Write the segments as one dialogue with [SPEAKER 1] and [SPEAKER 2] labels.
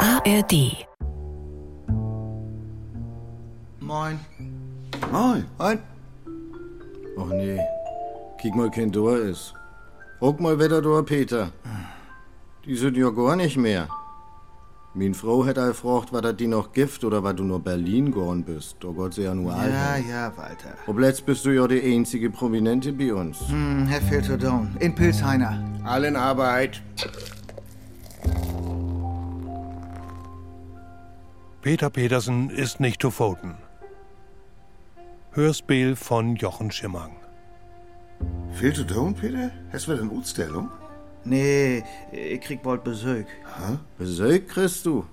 [SPEAKER 1] ARD.
[SPEAKER 2] Moin.
[SPEAKER 3] Moin. Moin. Och nee. Kick mal, kein Dor ist. Guck mal, wer der Dor Peter. Die sind ja gar nicht mehr. Min Frau hätte gefragt, war das die noch Gift oder war du nur Berlin gorn bist. Da Gott sei ja nur
[SPEAKER 2] Ja,
[SPEAKER 3] alt.
[SPEAKER 2] ja, Walter.
[SPEAKER 3] Ob letzt bist du ja die einzige Prominente bei uns.
[SPEAKER 2] Hm, Herr Filterdon, in Pilsheiner.
[SPEAKER 4] Allen Arbeit.
[SPEAKER 5] Peter Petersen ist nicht zu pfoten. Hörspiel von Jochen Schimmang.
[SPEAKER 4] Fehlt du Don, Peter? Hast du denn Utstellung?
[SPEAKER 2] Nee, ich krieg bald Besuch.
[SPEAKER 3] Besuch kriegst du.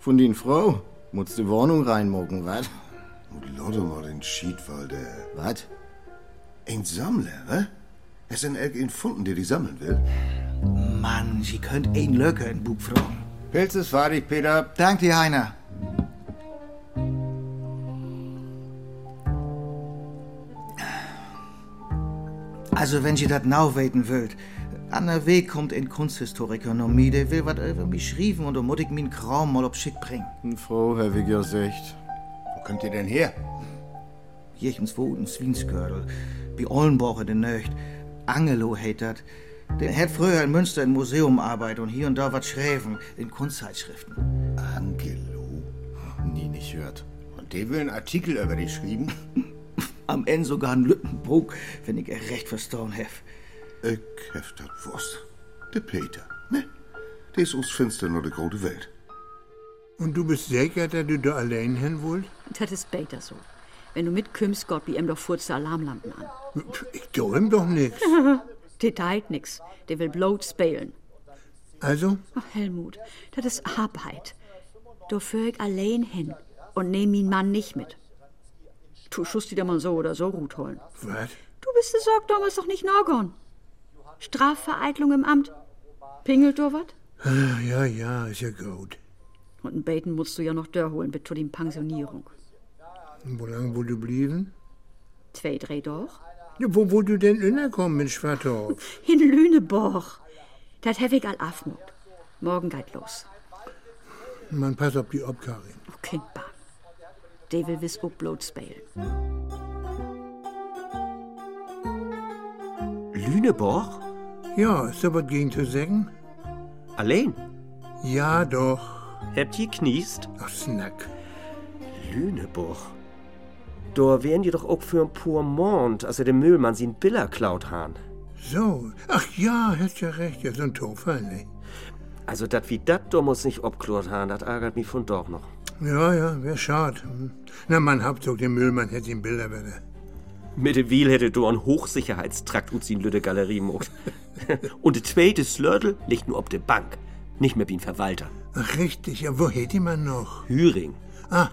[SPEAKER 3] Von din Frau. Musst die Wohnung reinmucken, wat?
[SPEAKER 4] Und Leute mal den Schied, weil der.
[SPEAKER 3] Wat?
[SPEAKER 4] Ein Sammler, ne? Es sind in Funden, der die sammeln will.
[SPEAKER 2] Mann, Sie könnt ein Löcke in Bug fragen.
[SPEAKER 3] Pilz ist fertig, Peter.
[SPEAKER 2] Dank dir, Heiner. Also, wenn Sie das now weten wollt, an der Weg kommt ein Kunsthistoriker noch mit, der will was über mich schrieben und da muss ich meinen Kram mal ob Schick bringen.
[SPEAKER 3] Min Frau, hab ich ja gesagt.
[SPEAKER 4] Wo kommt ihr denn her?
[SPEAKER 2] Jechens Woden Swinskördel, wie Ollenbach in der Nöcht. Angelo hätt dat. Der hat früher in Münster im Museum arbeitet und hier und da was schreiben in Kunstzeitschriften.
[SPEAKER 4] Angelo.
[SPEAKER 3] Nie nicht hört.
[SPEAKER 4] Und der will einen Artikel über dich schreiben?
[SPEAKER 2] Am Ende sogar in Lüttenbrook, wenn ich er recht verstauen hef.
[SPEAKER 3] Äh,
[SPEAKER 4] Ich hab das Wurst. Der Peter, ne? Der ist uns finster nur die große Welt.
[SPEAKER 6] Und du bist sicher, dass du da allein hin wollt?
[SPEAKER 7] Das ist besser so. Wenn du mitkümmst, Gott, wie ihm doch furzt die Alarmlampen an.
[SPEAKER 6] Pff, Ich tu ihm doch nichts.
[SPEAKER 7] Der teilt nix. Der will bloß spielen.
[SPEAKER 6] Also,
[SPEAKER 7] Ach, Helmut, das ist Arbeit. Da führ ich allein hin und nehm min Mann nicht mit. Du schust dir mal so oder so Ruth holen.
[SPEAKER 6] was?
[SPEAKER 7] Du bist der Sorg damals doch nicht Norgon. Strafvereitlung im Amt. Pingelt du wat?
[SPEAKER 6] Ah, Ja, ja, ist ja gut.
[SPEAKER 7] Und ein Beten musst du ja noch dörr holen bis zu den Pensionierung.
[SPEAKER 6] Und wo lang wollt du blieben?
[SPEAKER 7] Zwei, drei doch.
[SPEAKER 6] Ja, wo wollt du denn hinkommen, in Schwartorf?
[SPEAKER 7] In Lüneborg. Das hab ich all afmut. Morgen geht los.
[SPEAKER 6] Man, pass auf die Obkarin.
[SPEAKER 7] Oh, Kind bang. Der will wiss ob Blut spielen.
[SPEAKER 8] Lüneborg?
[SPEAKER 6] Ja, ist da was gegen zu sagen?
[SPEAKER 8] Allein?
[SPEAKER 6] Ja, doch.
[SPEAKER 8] Habt ihr kniest?
[SPEAKER 6] Ach, Snack.
[SPEAKER 8] Lüneburg. Da wären die doch auch für ein paar Mond, als er dem Müllmann sin Biller klaut han.
[SPEAKER 6] So. Ach ja, hast ja recht, ja, so ein Tofer, ne?
[SPEAKER 8] Also dat wie dat da muss nicht obklort han, dat ärgert mich von doch noch.
[SPEAKER 6] Ja, ja, wär schad. hm. Na, man, Hauptzug, den Müllmann hätte ihn Bilder wieder.
[SPEAKER 8] Mit de Wiel hätte du an Hochsicherheitstrakt ut sin Lüde Galerie mocht. Und de zweite Slörtel liegt nur ob de Bank, nicht mehr wie ein Verwalter.
[SPEAKER 6] Ach, richtig, ja, wo hätte man noch?
[SPEAKER 8] Hüring.
[SPEAKER 6] Ah,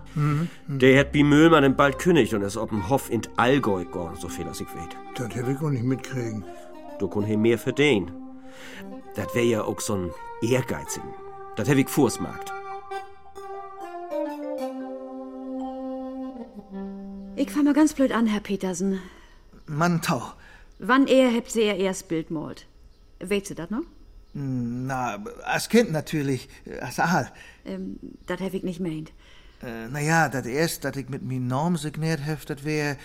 [SPEAKER 8] Der hat wie Müllmann im Bald kündigt und ist ob dem Hof in Allgäu gorn, so viel als ich weet.
[SPEAKER 6] das hätte ich auch nicht mitkriegen.
[SPEAKER 8] Du kun he mehr verdienen. Dat wär ja auch so'n ehrgeizigen. Dat hätt ich Fußmarkt.
[SPEAKER 7] Ich fang mal ganz blöd an, Herr Petersen.
[SPEAKER 2] Mann, tau.
[SPEAKER 7] Wann er hebt sehr erst Bild malt. Weißt du dat noch?
[SPEAKER 2] Na, als Kind natürlich, äh, als Aal.
[SPEAKER 7] Ähm, dat hab ich nicht meint.
[SPEAKER 2] Äh, naja, das erst, dat ich mit mir Norm signiert hef, dat wär, äh,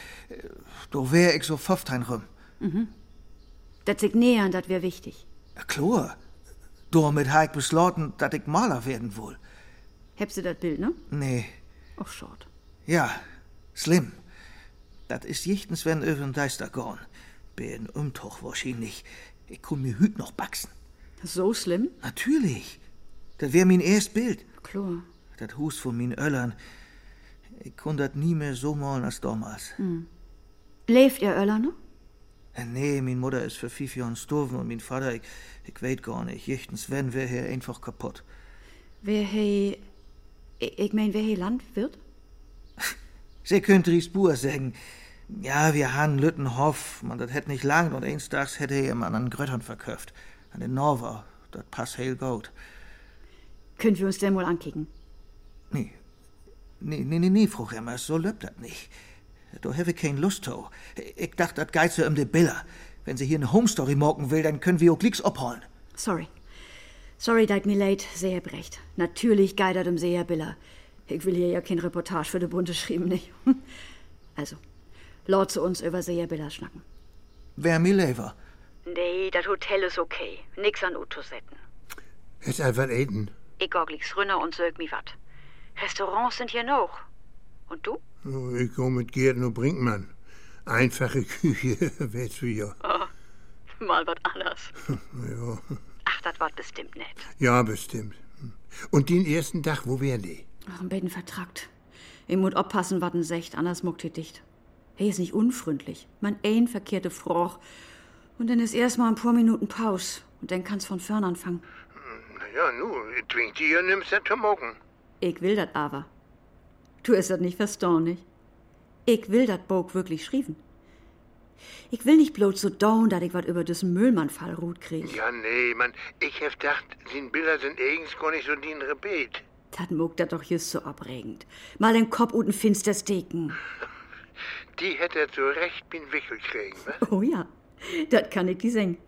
[SPEAKER 2] da wär ich so foftein rum.
[SPEAKER 7] Dat signieren, dat wär wichtig.
[SPEAKER 2] Ja, Klar. Damit ha ich beschlossen, dat ich Maler werden wohl.
[SPEAKER 7] Hebst du dat Bild, ne?
[SPEAKER 2] Nee,
[SPEAKER 7] Auch short.
[SPEAKER 2] Ja, schlimm. Das ist jichtens, wenn über den Deister gorn. Bin Umtuch wahrscheinlich. Ich kann mir Hüt noch wachsen.
[SPEAKER 7] So schlimm?
[SPEAKER 2] Natürlich. Das wär mein erst Bild.
[SPEAKER 7] Klar.
[SPEAKER 2] Das Hus von min Öllern. Ich kann das nie mehr so malen als damals.
[SPEAKER 7] Lebt er Öller, ne?
[SPEAKER 2] Äh, Nee, min Mutter ist für fünf Jahre gestorben und min Vater, ich, ich weet gar nicht. Jichtens, wenn wir hier einfach kaputt.
[SPEAKER 7] Wer he. Ich ich mein, wer he Landwirt?
[SPEAKER 2] Sie könnt Ries Buhr sagen. Ja, wir haben Lüttenhoff. Man, das hätt nicht lang und eines Tages hätte er ihm an einen Gröttern verkauft. An den Norwa. Das passt hell gut.
[SPEAKER 7] Können wir uns denn wohl ankicken?
[SPEAKER 2] Nee. Nee, nee, nee, nee, Frau Remmer, so löbt das nicht. Da habe ich keine Lust to. Ich dacht, das geht so um die Biller. Wenn sie hier eine Homestory morgen will, dann können wir auch Glicks abholen.
[SPEAKER 7] Sorry. Sorry, dat mir leid, sehr brecht. Natürlich geidert um sehr Biller. Ich will hier ja kein Reportage für de Bunte schreiben, nicht? Also, Lord zu uns über sehr Biller schnacken.
[SPEAKER 2] Wer mir lever?
[SPEAKER 7] Nee, dat Hotel is okay. Nix an Utosetten.
[SPEAKER 6] Es einfach Eden.
[SPEAKER 7] Ich goglichs rünner und sög mi wat. Restaurants sind hier noch. Und du?
[SPEAKER 6] Oh, Ich komme mit Gerd und Brinkmann. Einfache Küche, weißt du ja.
[SPEAKER 7] Oh, Mal wat anders.
[SPEAKER 6] ja.
[SPEAKER 7] Ach, dat wart bestimmt nett.
[SPEAKER 6] Ja, bestimmt. Und den ersten Tag, wo wär die?
[SPEAKER 7] Ach, ein Betten vertragt. Ich muss oppassen, was ein Secht, anders muckt die dicht. Hey, ist nicht unfreundlich. Man ein verkehrte Froch. Und dann ist erstmal ein paar Minuten Pause. Und dann kann's von vorn anfangen.
[SPEAKER 6] Ja, nu, twingt die ja, nimmst du zum Morgen.
[SPEAKER 7] Ich will dat aber. Du hast dat nicht verstanden, nicht? Ich will dat Bog wirklich schrieven. Ich will nicht bloß so down, dat ich wat über dessen Müllmannfall ruht krieg.
[SPEAKER 6] Ja, nee, man, ich hab gedacht, die Bilder sind eigens gar nicht so die Rebet.
[SPEAKER 7] Dat muckt dat doch just so abregend. Mal den Kopf und ein Finstersteken.
[SPEAKER 6] Die hätte er zu Recht bin Wickel kriegen, ne?
[SPEAKER 7] Oh ja, dat kann ich die singen.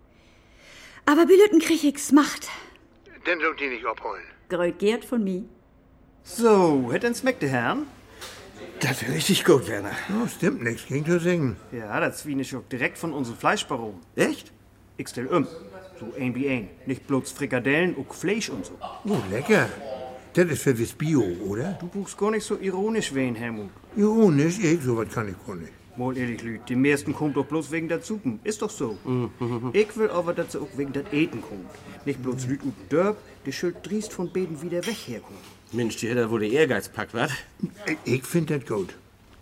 [SPEAKER 7] Aber Bilüten krieg ich's Macht.
[SPEAKER 6] Dann sollt die nicht abholen.
[SPEAKER 7] Gröt Gerd von mir.
[SPEAKER 1] So, hätt uns schmeckt, der Herrn.
[SPEAKER 2] Das wäre richtig gut, Werner.
[SPEAKER 6] Oh, stimmt nichts, ging zu singen.
[SPEAKER 1] Ja, das Wien ist auch direkt von unserem Fleischbaron.
[SPEAKER 2] Echt?
[SPEAKER 1] Ich stell um. So ein wie ein. Nicht bloß Frikadellen, auch Fleisch und so.
[SPEAKER 6] Oh, lecker. Das ist für das Bio, oder?
[SPEAKER 1] Du buchst gar nicht so ironisch wen, Helmut.
[SPEAKER 6] Ja, oh, nicht ich, sowas kann ich gar nicht.
[SPEAKER 1] Mal ehrlich, Lüd, die meisten kommt doch bloß wegen der Zucken. Ist doch so. Ich will aber, dass sie auch wegen der Eten kommt. Nicht bloß Lüd und Dörp, die Schild driest von Beden wieder weg herkommt.
[SPEAKER 9] Mensch, die hätte wohl der Ehrgeiz packt, was?
[SPEAKER 6] Ich find das gut.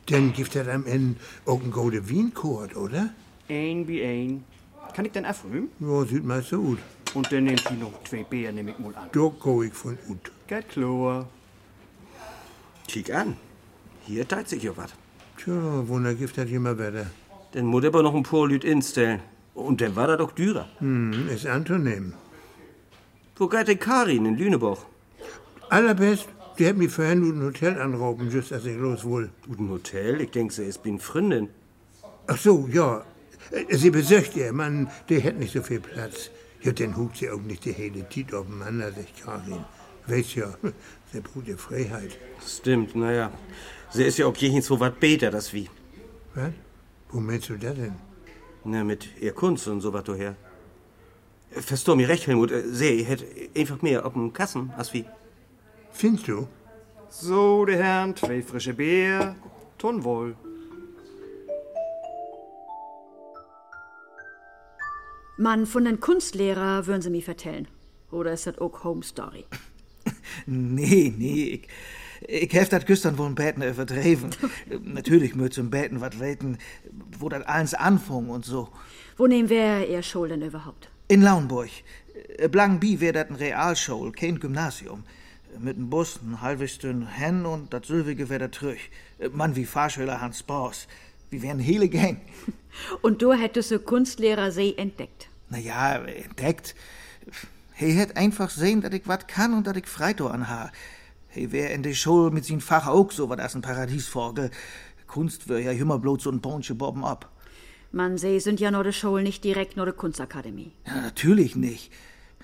[SPEAKER 6] Dann gibt das am Ende auch einen guten Wienkord, oder?
[SPEAKER 1] Ein wie ein. Kann ich denn erfüllen?
[SPEAKER 6] Ja, sieht mal so gut.
[SPEAKER 1] Und dann nehmt die noch zwei Bier, nehm ich mal an.
[SPEAKER 6] Da geh ich von gut.
[SPEAKER 1] Geht klar.
[SPEAKER 9] Kick an. Hier teilt sich ja was.
[SPEAKER 6] Tja, Wunder gibt das immer weiter.
[SPEAKER 9] Dann muss aber noch ein paar Lüd instellen. Und dann war da doch Dürer.
[SPEAKER 6] Hm, ist anzunehmen.
[SPEAKER 9] Wo geht denn Karin in Lüneburg?
[SPEAKER 6] Allerbest, die hat mich vorhin nur ein Hotel anrauben, just als ich los will.
[SPEAKER 9] Guten Hotel, ich denke, sie ist bin Freundin.
[SPEAKER 6] Ach so, ja. Äh, Sie besöcht ihr, Mann, der hätt nicht so viel Platz. Ja, dann hupt sie auch nicht die hele Tiet auf den Mann, sagt Karin. Weiß ja, der Bruder Freiheit.
[SPEAKER 9] Stimmt, naja. Sie ist ja auch jegens so was beter, das wie.
[SPEAKER 6] Was? Wo meinst du das denn?
[SPEAKER 9] Na, mit ihr Kunst und so was daher. Verstor mir recht, Helmut. äh, Sie hätt einfach mehr auf dem Kassen, als wie.
[SPEAKER 6] Findest du?
[SPEAKER 1] So, der Herrn, zwei frische Bier. Tun wohl.
[SPEAKER 7] Mann, von den Kunstlehrer würden sie mir vertellen. Oder ist das auch Home Story?
[SPEAKER 2] Nee, nee, ich, ich hef dat gestern wohl Beten übertrieben. Natürlich möcht's im Beten wat weten, wo dat alles anfing und so.
[SPEAKER 7] Wo nehmen wir ihr Schul denn überhaupt?
[SPEAKER 2] In Lauenburg. Blank bi wär dat ein Realschule, kein Gymnasium. Äh, Mit dem Bus ein halbes Stünd hen und dat Sylvige wär dat trüch. Äh, Mann wie Fahrschüler Hans Bors. Wie wären hele Gang.
[SPEAKER 7] Und du hättest du Kunstlehrer See entdeckt.
[SPEAKER 2] Naja, entdeckt. He hätt einfach sehen, dat ich wat kann und dat ich Freito anha. He wär in de Schule mit sin Fach auch so wat as ein Paradiesvogel. Kunst wär ja immer bloß so ein Bonche Bobben ab.
[SPEAKER 7] Man, sie sind ja nur der Schul, nicht direkt nur der Kunstakademie.
[SPEAKER 2] Ja, natürlich nicht.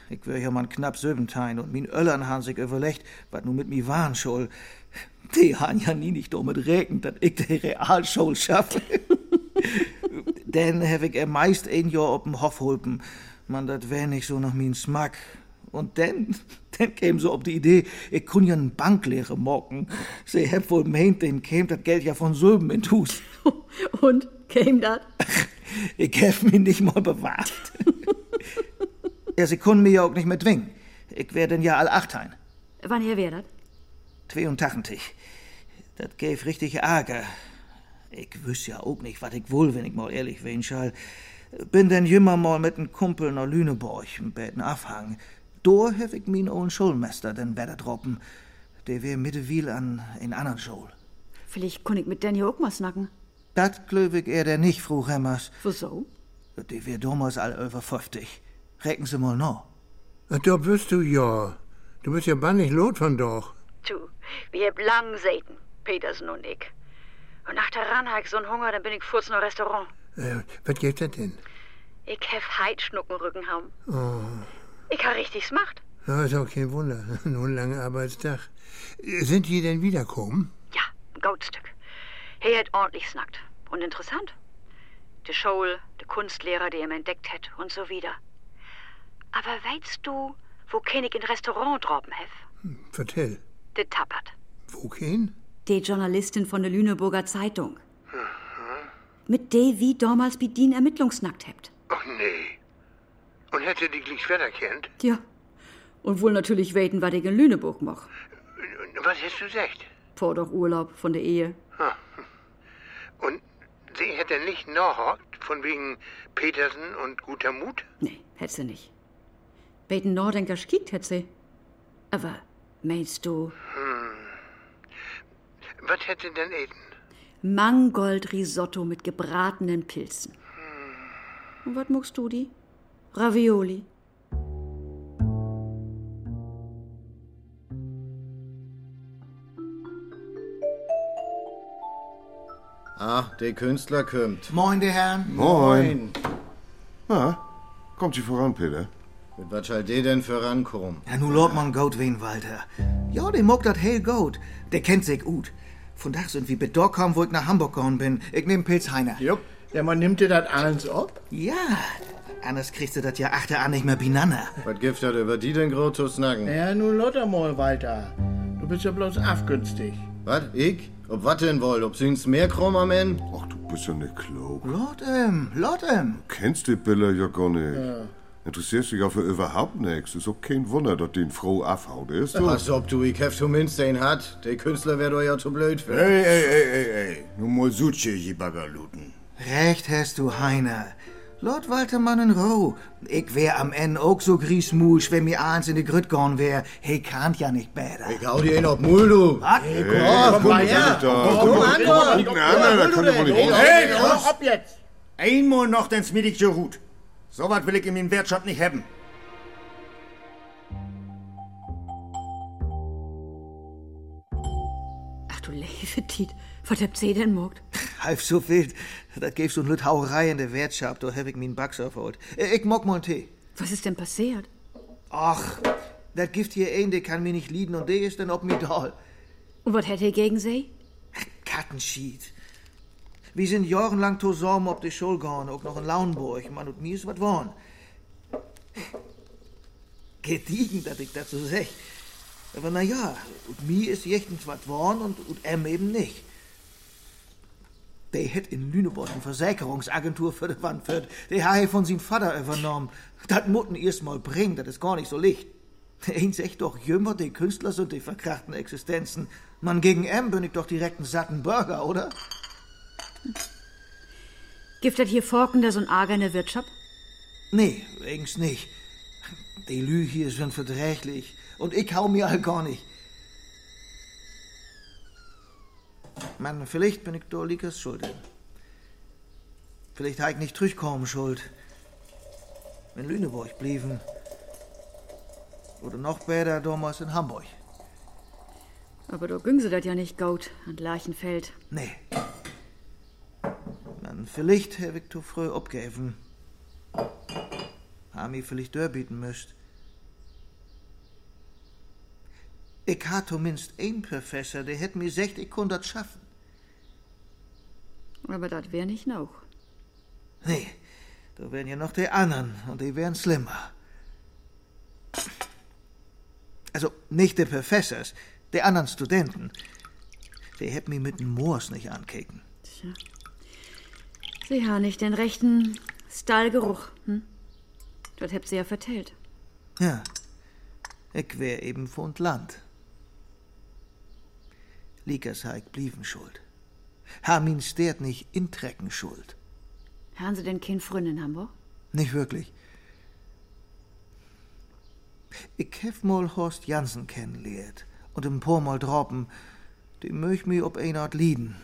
[SPEAKER 2] Ich wär ja man knapp Söbentein und min Öllern han sich überlegt, wat nu mit mi waren schul. Die han ja nie nicht damit regnet, dat ich de Realschul schaffe. Denn hab ich er meist ein Jahr op'm Hof hulpen. Man, dat wär nicht so nach min Smack. Und denn, denn käm so ob die Idee, ich kun ja n Banklehre mocken. Se heb wohl meint, den käm dat Geld ja von Söben in Hus.
[SPEAKER 7] Und came dat?
[SPEAKER 2] Ich hab mich nicht mal bewahrt. ja, sie können mir ja auch nicht mehr zwingen. Ich wär denn ja all achtein.
[SPEAKER 7] Wann ihr wär dat?
[SPEAKER 2] Zwei und tachtig. Das gäf richtig Ärger. Ich wüsst ja auch nicht, was ich wohl, wenn ich mal ehrlich wen schall. Bin denn jümmer mal mit en Kumpel nach Lüneburg, im Betten Afhang. Do hef ich min own Schulmeister den Wetter droppen. Der wär mittewiel an en anderen Schul.
[SPEAKER 7] Vielleicht kann ich mit Daniel auch mal snacken.
[SPEAKER 2] Dat glöw ich er denn nicht, Frau Remmers.
[SPEAKER 7] Wieso?
[SPEAKER 2] Der wär damals all über 50. Recken Sie mal noch.
[SPEAKER 6] Ach, da bist du ja. Du bist ja bannig lot von doch.
[SPEAKER 7] Du, wir haben lang säten, Petersen und ich. Und nach der Ran hab ich so einen Hunger, dann bin ich kurz noch Restaurant.
[SPEAKER 6] Äh, was gibt das denn?
[SPEAKER 7] Ich hef Heidschnuckenrücken haben. Ich ha richtig's gemacht.
[SPEAKER 6] Ja, ist auch kein Wunder. Nun langer Arbeitstag. Äh, Sind die denn wiederkommen?
[SPEAKER 7] Ja, Goldstück. He hat ordentlich snackt. Und interessant. Der Scholl, der Kunstlehrer, der ihm entdeckt hat und so wieder. Aber weißt du, wo König in Restaurant droppen hef?
[SPEAKER 6] Vertell.
[SPEAKER 7] De Tappert.
[SPEAKER 6] Wo kein?
[SPEAKER 7] Die Journalistin von der Lüneburger Zeitung. Mit der wie damals bei den Ermittlungsnackt hebt.
[SPEAKER 6] Ach nee. Und hätte die gleich wiedererkannt?
[SPEAKER 7] Ja. Und wohl natürlich weten, was ich in Lüneburg mach.
[SPEAKER 6] Äh, Was hast du gesagt?
[SPEAKER 7] Vor doch Urlaub von der Ehe.
[SPEAKER 6] Und sie hätte nicht nachhakt von wegen Petersen und guter Mut?
[SPEAKER 7] Nee, hätt sie nicht. Beten Nordenker schickt hätt sie. Aber meinst du,
[SPEAKER 6] Was hätte denn Eden?
[SPEAKER 7] Mangold-Risotto mit gebratenen Pilzen. Und was muckst du die? Ravioli.
[SPEAKER 3] Ah, der Künstler kommt.
[SPEAKER 2] Moin, die Herren.
[SPEAKER 3] Moin.
[SPEAKER 4] Na, kommt sie voran, Peter?
[SPEAKER 3] Mit was halt der denn für rankommen?
[SPEAKER 2] Ja, nu lot man gut wen, Walter. Ja, der mockt dat hell gut. Der kennt sich gut. Von da sind wir bedockt haben, wo ich nach Hamburg gegangen bin. Ich nehm Pilz Heiner.
[SPEAKER 10] Jupp, ja, man nimmt dir das alles ab.
[SPEAKER 2] Ja, anders kriegst du das ja achter an nicht mehr binanner.
[SPEAKER 3] Was gibt das über die denn groß zu snacken?
[SPEAKER 10] Ja, nun lotter mal, Walter. Du bist ja bloß afgünstig.
[SPEAKER 3] Was? Ich? Ob was denn wollt? Ob sie ins Meer kommen am Ende?
[SPEAKER 4] Ach, du bist ja nicht klug.
[SPEAKER 2] Lot ihm, lot ihm.
[SPEAKER 4] Kennst die Bilder ja gar nicht. Interessierst dich ja für überhaupt nichts. Ist auch kein Wunder, dass den froh abhaut ist. Du.
[SPEAKER 3] Was ob du, ich hef zumindest den hat. Der Künstler wär doch ja zu blöd für.
[SPEAKER 11] Ey, ey, ey, ey, ey. Nun mal Suche, die Baggerluten.
[SPEAKER 2] Recht hast du, Heiner. Lot Walter man in Roh. Ich wär am Ende auch so griesmusch, wenn mir eins in die Grüt gorn wär. Hey, kannt ja nicht besser.
[SPEAKER 3] Ich hau dir ihn auf Müll, du.
[SPEAKER 2] Was?
[SPEAKER 4] komm mal her. Komm mal
[SPEAKER 10] Komm mal,
[SPEAKER 4] Komm mal, da kann ja wohl nicht wahr
[SPEAKER 10] Hey, hör ab jetzt.
[SPEAKER 11] Einmal noch den smidigste Hut. So was will ich in den Wirtschaft nicht haben.
[SPEAKER 7] Ach du Levetit, was habt ihr denn mockt?
[SPEAKER 2] Halb so wild. Das gäb's so eine Hauerei in der Wirtschaft, da hab ich min Bugs aufholt. Ich mock mal einen Tee.
[SPEAKER 7] Was ist denn passiert?
[SPEAKER 2] Ach, das Gift hier ein, der kann mir nicht lieben und der ist dann ob mir doll.
[SPEAKER 7] Und was hätt ihr gegen sie?
[SPEAKER 2] Kattenschied. Wir sind jahrelang zusammen ob die Schule gegangen, auch noch in Lauenburg. Mann und mir ist was worden. Gediegen, dass ich dazu sag. Aber na ja, und mir ist jechtens was worden und, und em eben nicht. Der hätt in Lüneburg eine Versicherungsagentur für die Wand führt. Der hat von seinem Vater übernommen. Das Mutten erst mal bringen, das ist gar nicht so licht. Eins echt doch jümmer, die Künstler sind die verkrachten Existenzen. Mann, gegen M bin ich doch direkt einen satten Burger, oder?
[SPEAKER 7] Gibt das hier Forken, der so ein Ager in der Wirtschaft?
[SPEAKER 2] Nee, wenigstens nicht. Die Lü hier sind verträglich. Und ich hau mir all gar nicht. Man, vielleicht bin ich Dolikas schuld. Vielleicht hab ich nicht zurückkommen schuld. Wenn Lüneburg blieben. Oder noch besser damals in Hamburg.
[SPEAKER 7] Aber da ging sie das ja nicht gut, an Lerchenfeld.
[SPEAKER 2] Nee. Dann vielleicht Herr Viktor früh abgeben. Hami vielleicht dörbieten müsst. Ich hatte zumindest einen Professor, der hätte mir gesagt, ich konnte das schaffen.
[SPEAKER 7] Aber das wär nicht noch.
[SPEAKER 2] Nee, da wären ja noch die anderen und die wären schlimmer. Also nicht der Professors, der anderen Studenten. Der hätte mich mit dem Moors nicht ankicken.
[SPEAKER 7] Tja. Sie haben nicht den rechten Stallgeruch. Hm? Das habt sie ja vertellt.
[SPEAKER 2] Ja, ich wär eben von Land. Likas Heik blieben schuld. Hamin stert nicht in Trecken schuld.
[SPEAKER 7] Haben sie denn kein Freund in Hamburg?
[SPEAKER 2] Nicht wirklich. Ich hef mal Horst Jansen kennengelernt und im paar Mal droppen. Die möcht mi ob ein Art lieden.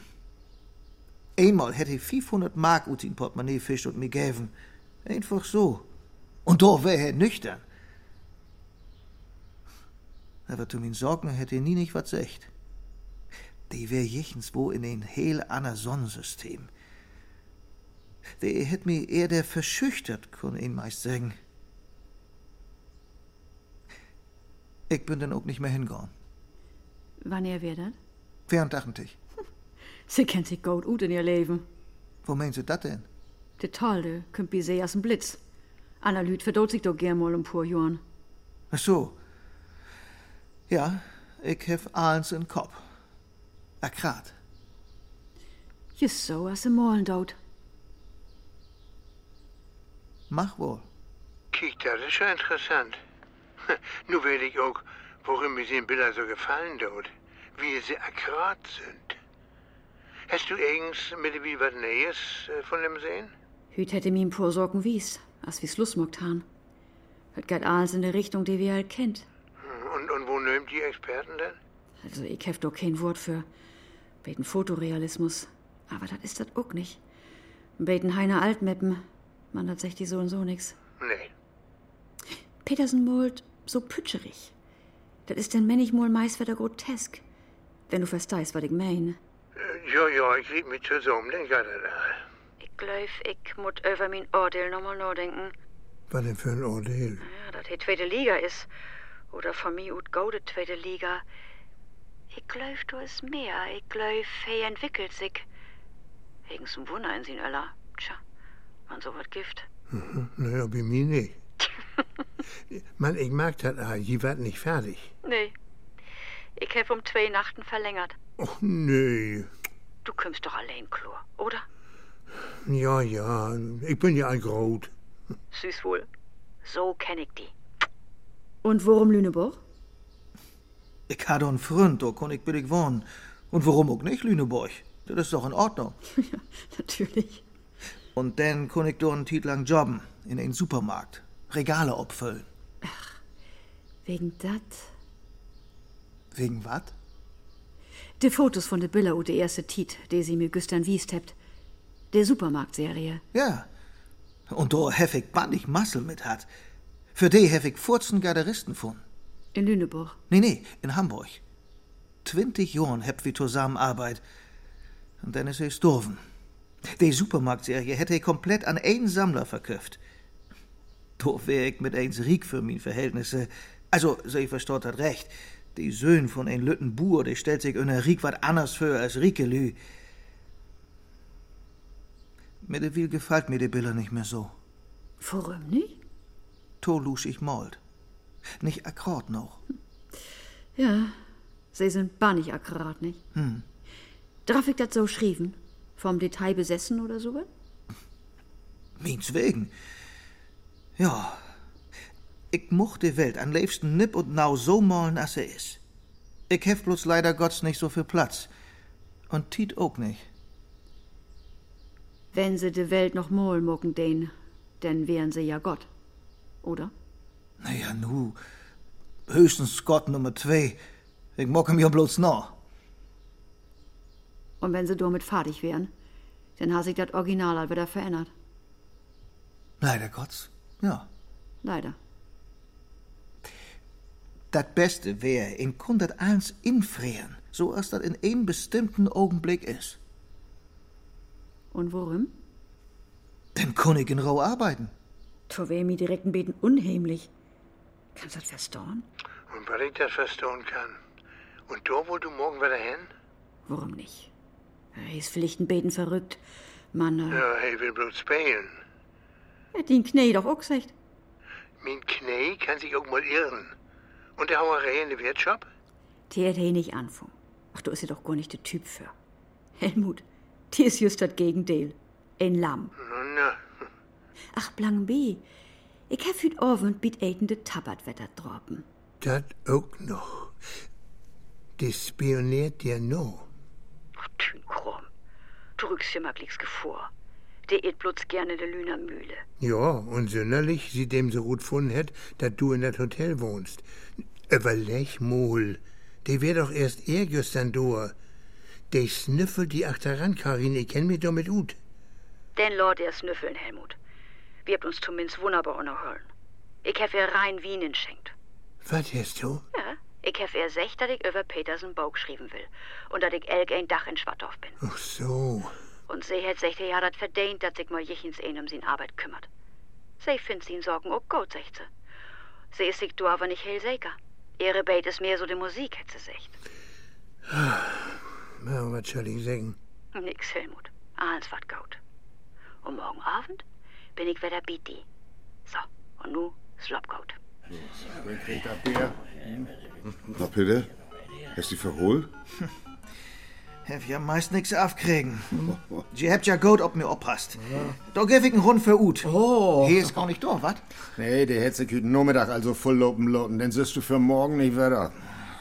[SPEAKER 2] Einmal hätt ich 500 Mark ut in Portemonnaie fischt und mir gäven. Einfach so. Und doch wär er nüchtern. Aber zu min Sorgen hätt er nie nicht was secht. Die wär jichens wo in ein heel ander Sonnensystem. Der hätt mir eher der verschüchtert, kun ihn meist sagen. Ich bin dann auch nicht mehr hingegangen.
[SPEAKER 7] Wanneer weer dat?
[SPEAKER 2] Während Dachentich.
[SPEAKER 7] Ze kent zich goed uit in ihr Leben.
[SPEAKER 2] Wo meinen Sie das denn?
[SPEAKER 7] Total, de kunt bij ze als een blitz. Anna Lüd verdoet zich doch gern mal een paar Jahren.
[SPEAKER 2] Ach so. Ja, ich hef eins in Kopf. Akrat.
[SPEAKER 7] Je zo als ze malen dood.
[SPEAKER 2] Mach wohl.
[SPEAKER 6] Kiek, das ist ja interessant. Nun will ich auch, worin mir den Bilder so gefallen tut, wie sie akkurat sind. Hast du irgends mit wie was Nähes äh, von dem sehen?
[SPEAKER 7] Hüt hätte mir ein paar Sorgen wies, als wir Schluss mocht han. Het geht alles in der Richtung, die wir halt kennt.
[SPEAKER 6] Hm, Und, und wo nimmt die Experten denn?
[SPEAKER 7] Also, ich hef doch kein Wort für. Beten Fotorealismus. Ah, Aber das ist das auch nicht. Beten Heiner Altmeppen. Man hat sich die so und so nix.
[SPEAKER 6] Nee.
[SPEAKER 7] Petersen malt so pütscherig. Das ist denn männig mol meist wieder grotesk. Wenn du verstehst, was ich meine.
[SPEAKER 6] Äh, Ja, ja, ich lieb mich zusammen, denk an das all.
[SPEAKER 7] Ich glaub, ich muss über mein Urteil nochmal nachdenken.
[SPEAKER 6] Was denn für ein Ordeal?
[SPEAKER 7] Ja, dass die zweite Liga ist. Oder von mir ut go die zweite Liga. Ich glaub, du ist mehr. Ich glaub, hey entwickelt sich. Wegen zum Wunder in sin Öller. Tja, man so was Gift.
[SPEAKER 6] Mhm, Naja, bei mir nicht. Mann, ich mag das all, die war nicht fertig.
[SPEAKER 7] Nee. Ich hab um zwei Nachten verlängert.
[SPEAKER 6] Och, nee.
[SPEAKER 7] Du kümmst doch allein, Chlor, oder?
[SPEAKER 6] Ja, ja, ich bin ja ein Grot.
[SPEAKER 7] Süß wohl. So kenn ich die. Und worum Lüneburg?
[SPEAKER 2] Ich hatte einen Freund, da konnte ich billig wohnen. Und warum auch nicht, Lüneburg? Das ist doch in Ordnung.
[SPEAKER 7] ja, natürlich.
[SPEAKER 2] Und dann konnte ich da einen Titel lang jobben. In einen Supermarkt. Regale abfüllen.
[SPEAKER 7] Wegen dat?
[SPEAKER 2] Wegen was?
[SPEAKER 7] De Fotos von de Billa und de erste Tiet, die sie mir gestern wiest hebt. Der Supermarktserie.
[SPEAKER 2] Ja. Und da hef ich bandig Massel mit hat. Für die hef ich 14 Garderisten von.
[SPEAKER 7] In Lüneburg.
[SPEAKER 2] Nee, nee, in Hamburg. 20 Jahren heb wir zusammen Arbeit. Und dann ist er gestorben. Die Supermarktserie hätte ich komplett an einen Sammler verkauft. Doch wär ich mit eins Rieg für mein Verhältnisse. Also, so ich versteht hat recht. Die Söhn von ein Lüttenbuhr, die stellt sich in Rieg wat anders für als Riekelü. Mit der Wiel gefällt mir die Bilder nicht mehr so.
[SPEAKER 7] Warum nicht?
[SPEAKER 2] To lusch ich malt. Nicht akkord noch.
[SPEAKER 7] Ja, sie sind bannig akkurat, nicht?
[SPEAKER 2] Hm.
[SPEAKER 7] Darf ich das so schrieben? Vom Detail besessen oder sowas?
[SPEAKER 2] Miens wegen. Ja, ich mocht die Welt am liebsten nipp und nau so malen, als sie ist. Ich hef bloß leider Gottes nicht so viel Platz. Und Tiet auch nicht.
[SPEAKER 7] Wenn sie de Welt noch molen mucken den, dann wären sie ja Gott. Oder?
[SPEAKER 2] Naja, nu, höchstens Gott Nummer zwei. Ich mock ihm ja bloß nach.
[SPEAKER 7] Und wenn sie damit fertig wären, dann hat sich das Original halt wieder verändert.
[SPEAKER 2] Leider Gottes, ja.
[SPEAKER 7] Leider.
[SPEAKER 2] Das Beste wär, in kun dat eins infrieren, so als dat in einem bestimmten Augenblick ist.
[SPEAKER 7] Und worum?
[SPEAKER 2] Dann kun ich in Ruhe arbeiten.
[SPEAKER 7] To wär mir direkt ein Beten unheimlich. Kannst du das verstauen?
[SPEAKER 6] Und weil ich das verstehen kann. Und da, wo du morgen wieder hin?
[SPEAKER 7] Warum nicht? Er ist vielleicht ein Beten verrückt. Mann, äh,
[SPEAKER 6] Ja, hey, will bloß spielen.
[SPEAKER 7] hat den Knie doch auch gesagt.
[SPEAKER 6] Mein Knie kann sich auch mal irren. Und der Hauerei in der Wirtschaft?
[SPEAKER 7] Die hat er nicht anfangen. Ach, du ist ja doch gar nicht der Typ für. Helmut, die ist just das Gegendeel. Ein Lamm.
[SPEAKER 6] Na, na.
[SPEAKER 7] Ach, Blank B. Ich hab hüt Abend biet Aiden de Tabatwetter droppen.
[SPEAKER 6] Das auch noch. Die spioniert dir nur.
[SPEAKER 7] Tünkrom. Du rückst dir mal glicks vor. Der et bloß gerne de Lüner Mühle.
[SPEAKER 6] Ja, und sünderlich, sie dem so gut gefunden hätt, dass du in das Hotel wohnst. Überleg mal. Die wär doch erst er gestern da. Die snüffelt die achteran, Karin. Ich kenn mich doch mit Ut.
[SPEAKER 7] Den Lord er snüffeln, Helmut. Wir habt uns zumindest wunderbar unerhören. Ich hab ihr rein Wien schenkt.
[SPEAKER 6] Was hast du?
[SPEAKER 7] Ja, ich hab ihr sech, dass ich über Petersen Baug schrieben will. Und dass ich elk ein Dach in Schwattdorf bin.
[SPEAKER 6] Ach so.
[SPEAKER 7] Und sie hätt sech, ja, dat verdient, dass sich mal jichens een um sin Arbeit kümmert. Sie findet sin Sorgen auch gut, secht sie. Sie ist sich du aber nicht hellsäker. Ihre Bait ist mehr so die Musik, hätte sie sich.
[SPEAKER 6] Na, was soll ich singen?
[SPEAKER 7] Nix, Helmut. Alles wat gaut. Und morgen Abend bin ich wieder Biti. So, und nu Slopgaut.
[SPEAKER 4] Na, Peter, hast du dich verholt?
[SPEAKER 2] Hef ja meist nix aufkriegen. Sie habt ja gut, ob mir oppasst. Da geb ich einen Rund für Ut. Oh. Hier ist gar nicht da, wat?
[SPEAKER 3] Nee, der hätte sich heute Nachmittag also voll lopen loten, denn siehst du für morgen nicht wieder.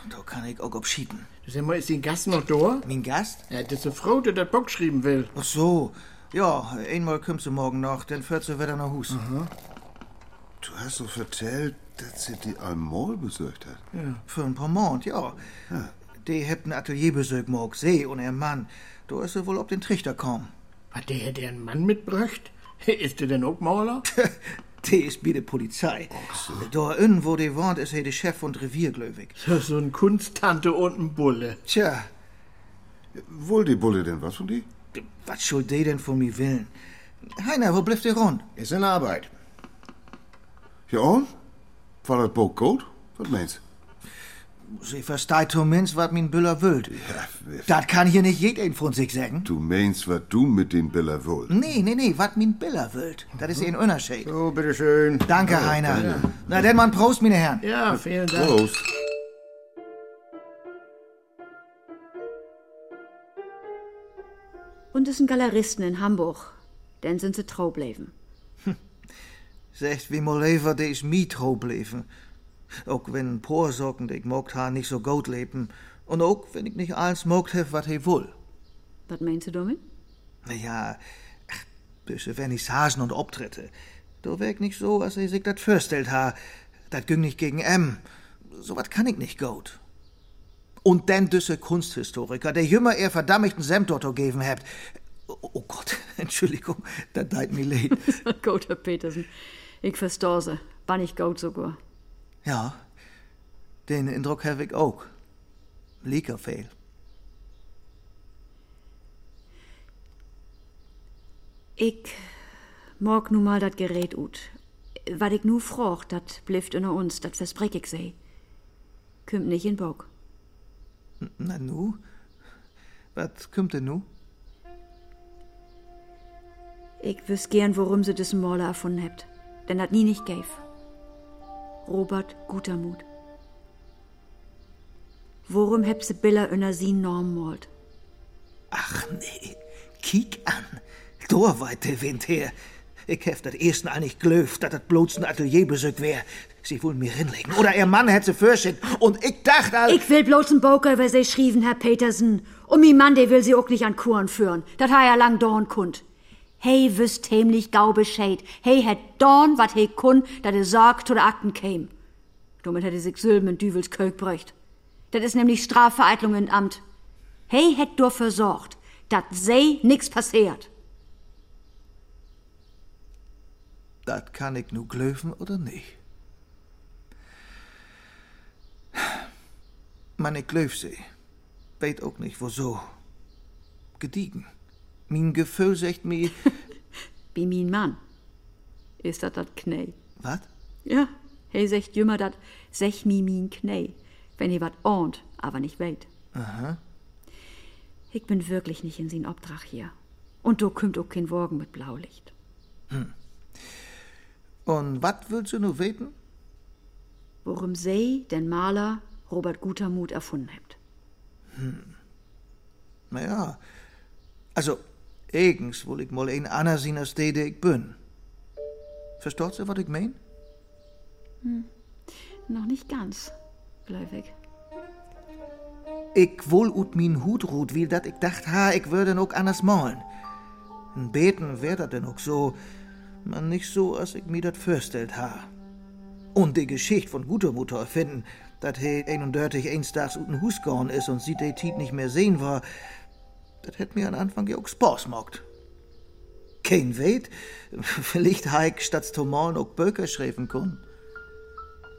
[SPEAKER 2] Da kann ich auch abschieden.
[SPEAKER 10] Sag mal, ist die Gast noch da?
[SPEAKER 2] Mein Gast?
[SPEAKER 10] Ja, das ist eine Frau, die das Bock schreiben will.
[SPEAKER 2] Ach so. Ja, einmal kommt sie morgen noch, dann fährt sie wieder nach Hus.
[SPEAKER 4] Du hast so vertellt, dass sie die einmal besucht hat.
[SPEAKER 2] Ja. Für ein paar Monat, ja. Die habt ein Atelierbesuch morgen, See und ihr Mann. Da ist sie wohl ob den Trichter kommen.
[SPEAKER 10] Hat der hätte einen Mann mitbracht? Ist der denn auch Maler?
[SPEAKER 2] Die ist wie die Polizei. Da innen, wo die wohnt, ist hier der Chef von Revierglöwig.
[SPEAKER 10] So, so ein Kunsttante und ein Bulle.
[SPEAKER 2] Tja,
[SPEAKER 4] Wohl die Bulle denn was von die?
[SPEAKER 2] was soll die denn von mir willen? Heiner, wo bleibt ihr rund?
[SPEAKER 3] Ist in Arbeit.
[SPEAKER 4] Ja, und? War das Boot gut? Was meinst
[SPEAKER 2] Sie versteht zumindest, was mein Büller will. Das kann hier nicht jeder von sich sagen.
[SPEAKER 4] du? Du meinst, was du mit den Biller wohl?
[SPEAKER 2] Nee, nee, nee, was mein Biller will. Das ist ein Unterschied.
[SPEAKER 3] So, bitteschön.
[SPEAKER 2] Danke, Heiner. Na, denn man Prost, meine Herren.
[SPEAKER 10] Ja, vielen Dank.
[SPEAKER 4] Prost.
[SPEAKER 7] Und es sind Galeristen in Hamburg. Denn sind sie trau bleiben.
[SPEAKER 2] Zegt wie mal liever, die ist mi trouw bleven. Ook wenn poor sorgen, die ich mogt haar nicht so gut leben. Und auch wenn ich nicht alles mogt hef, wat he wohl.
[SPEAKER 7] Was meinst du damit?
[SPEAKER 2] Naja, böse Vernissagen und Obtritte. Da wär ich nicht so, als er sich dat vorstellt ha. Dat ging nicht gegen M. So wat kann ich nicht gut. Und denn düsse Kunsthistoriker, der jümmer er verdammigten Semtorto geben hebt. Oh oh Gott, Entschuldigung, da deit mir leid.
[SPEAKER 7] Goat, Herr Petersen. Ich verstor se. Wann ich Goat sogar.
[SPEAKER 2] Ja, den Eindruck habe ich auch. Leaker fail.
[SPEAKER 7] Ich morg nu mal dat Gerät ut. Was ich nu froch, dat blifft unter uns, dat versprech ich se. Kümmt nicht in Bock.
[SPEAKER 2] Na nu, was kommt denn nu?
[SPEAKER 7] Ich wüs gern, worum sie diesen Maler erfunden hebt. Denn dat nie nicht gäf. Robert Gutermut. Worum hebt se Biller unter sie Norm malt?
[SPEAKER 2] Ach nee, kiek an. Da weit der Wind her. Ich hef dat ersten all nicht glöft, dat dat bloß ein Atelierbesuch wär. Sie wollen mir hinlegen. Oder ihr Mann hätte sie fürschickt. Und ich dacht all...
[SPEAKER 7] Ich will bloß einen Boker über sie schrieben, Herr Petersen. Und mi Mann, der will sie auch nicht an Kuren führen. Dat ha ja lang Dorn kund. Hey, wüsst hemlich gau Bescheid. Hey, het Dorn, wat he kun, dat de Sorg zu de Akten käm. Damit hätte sich Sülm in Düvels Kölk bräucht. Dat is nämlich Strafvereitlung in Amt. Hey, het dur versorgt, dat sei nix passiert.
[SPEAKER 2] Dat kann ich nu glöfen oder nicht. Man, ich glöf sie. Weet auch nicht, wieso. Gediegen. Mein Gefühl sagt mir...
[SPEAKER 7] Bi min Mann. Is dat dat Knei?
[SPEAKER 2] wat?
[SPEAKER 7] Ja, hey, secht jümmer dat sech mi min Knei. Wenn ihr wat ahnt, aber nicht weit.
[SPEAKER 2] Aha.
[SPEAKER 7] Ich bin wirklich nicht in sin Obdrach hier. Und do kümmt auch kein Worgen mit Blaulicht.
[SPEAKER 2] Und wat willst du nu weten?
[SPEAKER 7] Worum sei den Maler Robert Gutermut erfunden hebt.
[SPEAKER 2] Naja, also, eigens will ich mal ein ander sehen als der, der ich bin. Verstehst du, was ich mein?
[SPEAKER 7] Noch nicht ganz, gläubig.
[SPEAKER 2] Ich wohl ut min Hut ruht, wie dat ich dacht, ha, ich würde auch anders malen. Ein Beten wär dat denn auch so, man nicht so, als ich mir dat vorstellt ha. Und die Geschichte von guter Mutter erfinden, dat he 31 einstags uten Hus gorn is und sie de Tiet nicht mehr sehen war, dat hätt mir an Anfang ja auch Spaß mockt. Kein weet, vielleicht ha ich statt zu malen auch Böker schreiben können.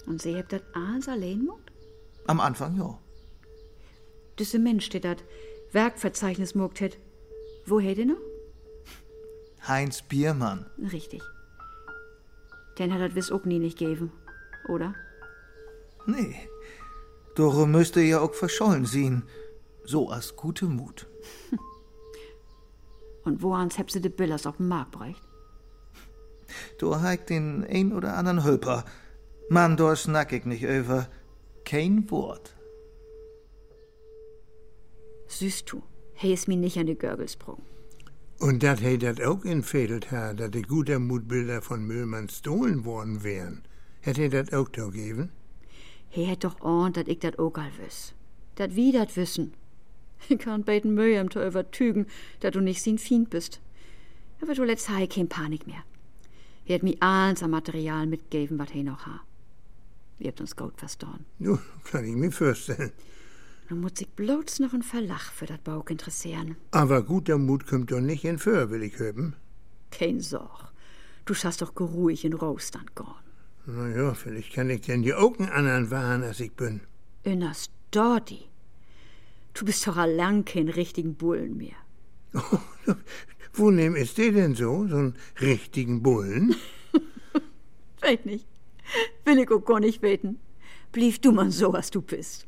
[SPEAKER 7] Und sie hebt dat alles allein mogt?
[SPEAKER 2] Am Anfang ja.
[SPEAKER 7] Düsse Mensch, der dat Werkverzeichnis mogt het. Woher denn noch?
[SPEAKER 2] Heinz Biermann.
[SPEAKER 7] Richtig. Den hat dat wiss auch nie nicht geben, oder?
[SPEAKER 2] Nee, Doro müsste ja auch verschollen sein. So as gute Mut.
[SPEAKER 7] Und woans heb sie de Billers auf dem Markt brecht?
[SPEAKER 2] Du heigt den ein oder anderen Hülper. Mann, da snack ich nicht über. Kein Wort.
[SPEAKER 7] Süßt du, he is mi nicht an die Görgels brung.
[SPEAKER 6] Und dat he dat auch entfädelt ha, dat die guter Mutbilder von Müllmann stohlen worden wären. Hätte he dat auch da gegeben?
[SPEAKER 7] He hätt doch ahnt, dat ich dat ogal wüs. Dat wie dat wissen. Ich kann beten Mühe im Tor übertügen, dat du nicht sin Fiend bist. Aber du letzt ha ich kein Panik mehr. He hätt mi alles an Material mitgeben, wat he noch ha. Wir habt uns gut verstorn.
[SPEAKER 6] Nu, kann ich mir vorstellen.
[SPEAKER 7] Nun muss ich bloß noch ein Verlach für dat Bauch interessieren.
[SPEAKER 6] Aber guter Mut kommt doch nicht in Föhr, will ich hören.
[SPEAKER 7] Kein Sorg. Du schaffst doch geruhig in Rostand gorn.
[SPEAKER 6] Na ja, vielleicht kann ich denn die Augen anderen wahren, als ich bin.
[SPEAKER 7] Innerst Dordi. Du bist doch allang kein richtigen Bullen mehr.
[SPEAKER 6] Wo nehm ist der denn so, so einen richtigen Bullen?
[SPEAKER 7] Weet nicht. Will ich auch gar nicht beten. Blieb du man so, was du bist.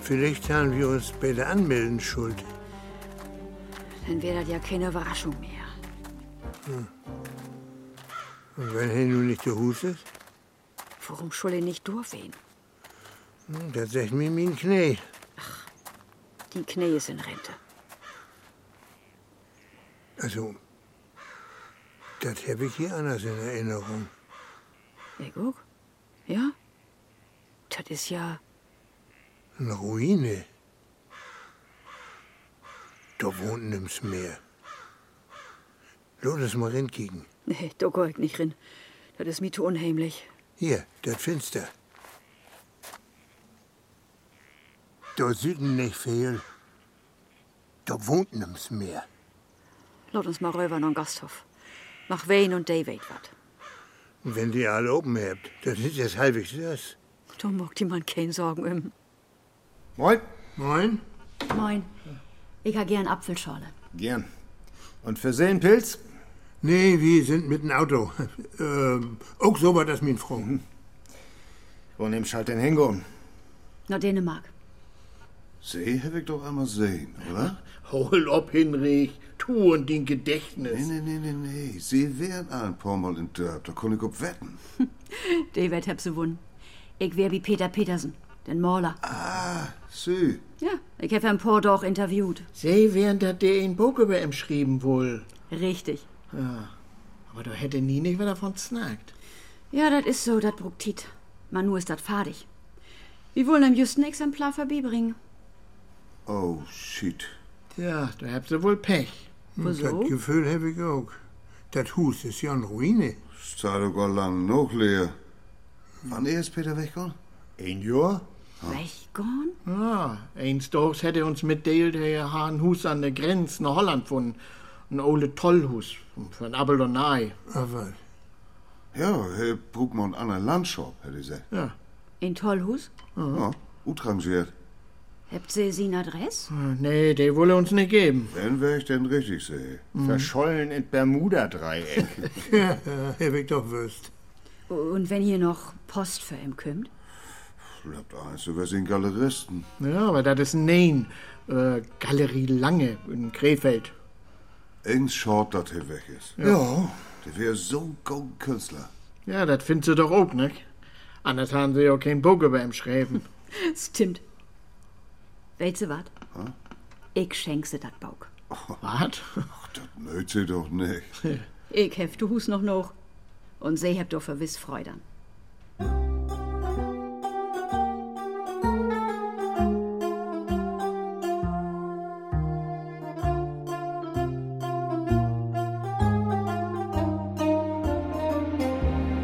[SPEAKER 6] Vielleicht haben wir uns bei der Anmelden schuld.
[SPEAKER 7] Dann wäre das ja keine Überraschung mehr.
[SPEAKER 6] Hm. Und wenn er nun nicht der Hus ist,
[SPEAKER 7] Warum soll ich nicht durchwehen?
[SPEAKER 6] hm, dann sagt mir mein Knie.
[SPEAKER 7] Die Knie ist in Rente.
[SPEAKER 6] Also, das habe ich hier anders in Erinnerung.
[SPEAKER 7] Ich auch? Ja? Das ist ja.
[SPEAKER 6] Eine Ruine. Da wohnt nimm's mehr. Lass uns mal hinkicken.
[SPEAKER 7] Nee, da geh ich nicht rin. Das ist mir zu unheimlich.
[SPEAKER 6] Hier, das Fenster. Da Süden nicht viel. Da wohnt nimm's mehr.
[SPEAKER 7] Lass uns mal rüber an Gasthof. Mach Wayne und David wat.
[SPEAKER 6] Und wenn die alle oben habt, das ist jetzt halbwegs das.
[SPEAKER 7] Da mag die man keine Sorgen um.
[SPEAKER 12] Moin.
[SPEAKER 6] Moin.
[SPEAKER 7] Moin. Ich ha gern Apfelschorle.
[SPEAKER 12] Gern. Und für Seelenpilz?
[SPEAKER 6] Nee, wir sind mit dem Auto. Ähm, auch so war das mein Frau.
[SPEAKER 12] Wo nimmst du halt den Hingo?
[SPEAKER 7] Na, Dänemark.
[SPEAKER 4] See habe ich doch einmal sehen, oder?
[SPEAKER 1] Hol ob, Hinrich. Tu und den Gedächtnis.
[SPEAKER 4] Nee, nee, nee, nee, nee. See wären ein paar Mal in Dörp, da konnte ich ob wetten.
[SPEAKER 7] David heb sie wun. Ich wär wie Peter Petersen, den Maler.
[SPEAKER 4] Ah, sü.
[SPEAKER 7] Ja, ich heb ein paar doch interviewt.
[SPEAKER 1] Sie wären da der in Buch über ihm schrieben wohl.
[SPEAKER 7] Richtig.
[SPEAKER 1] Ja. Aber da hätte nie nicht wer davon snackt.
[SPEAKER 7] Ja, das ist so, das Bruktit. Man nur ist das fadig. Wir wollen ihm just ein Exemplar vorbeibringen.
[SPEAKER 4] Oh, shit.
[SPEAKER 1] Ja, da habt ihr wohl Pech.
[SPEAKER 7] Wieso?
[SPEAKER 6] Das Gefühl habe ich auch. Das Haus ist ja eine Ruine.
[SPEAKER 4] Staat doch gar lang noch leer. Wann ist Peter weggegangen?
[SPEAKER 12] Hm. Ein Jahr?
[SPEAKER 7] Weggegangen?
[SPEAKER 1] Ja, eins Dogs hätte uns mitdeilt, der Hahnhus an der Grenze nach Holland von ein ole Tollhus von Abel und Nei.
[SPEAKER 6] Aber.
[SPEAKER 4] Ja, Herr Brugmann an der Landshop, hätte ich gesagt.
[SPEAKER 1] Ja.
[SPEAKER 7] In Tollhus?
[SPEAKER 4] Ja, utrangiert.
[SPEAKER 7] Hebt sie sin Adress?
[SPEAKER 1] Nee, der wolle uns nicht geben.
[SPEAKER 4] Wenn wäre ich denn richtig sehe.
[SPEAKER 12] Hm. Verschollen in Bermuda-Dreieck.
[SPEAKER 6] Ja, habe ich doch wüsst.
[SPEAKER 7] Und wenn hier noch Post für ihm kümmt?
[SPEAKER 4] Bleibt eins, du wärst ein Galeristen.
[SPEAKER 1] Ja, aber das ist Nein. Äh, Galerie Lange in Krefeld.
[SPEAKER 4] Ings schaut, dass er weg ist.
[SPEAKER 1] Ja.
[SPEAKER 4] Der wäre so gut Künstler.
[SPEAKER 1] Ja, das findet sie doch auch, nicht? Anders haben sie ja keinen Bock über ihm schreiben.
[SPEAKER 7] Stimmt. Weißt du wat? Ich schenk sie dat Bauk.
[SPEAKER 1] wat?
[SPEAKER 4] Mögt sie doch nicht.
[SPEAKER 7] Ich hef du Hus noch noch. Und sie heb doch verwiss Freudern.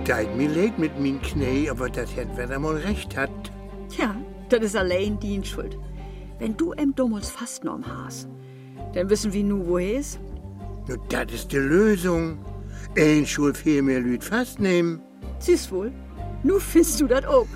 [SPEAKER 6] Deit mir leid mit mein Knie, aber das hätt wer da mal recht hat.
[SPEAKER 7] Tja, das ist allein dien Schuld. Wenn du em Dummels fast norm hast, dann wissen wir nu, wo er ist.
[SPEAKER 6] Nur das ist die Lösung. Ein Schul viel mehr Lüd festnehmen.
[SPEAKER 7] Siehst wohl, nu findest du dat auch.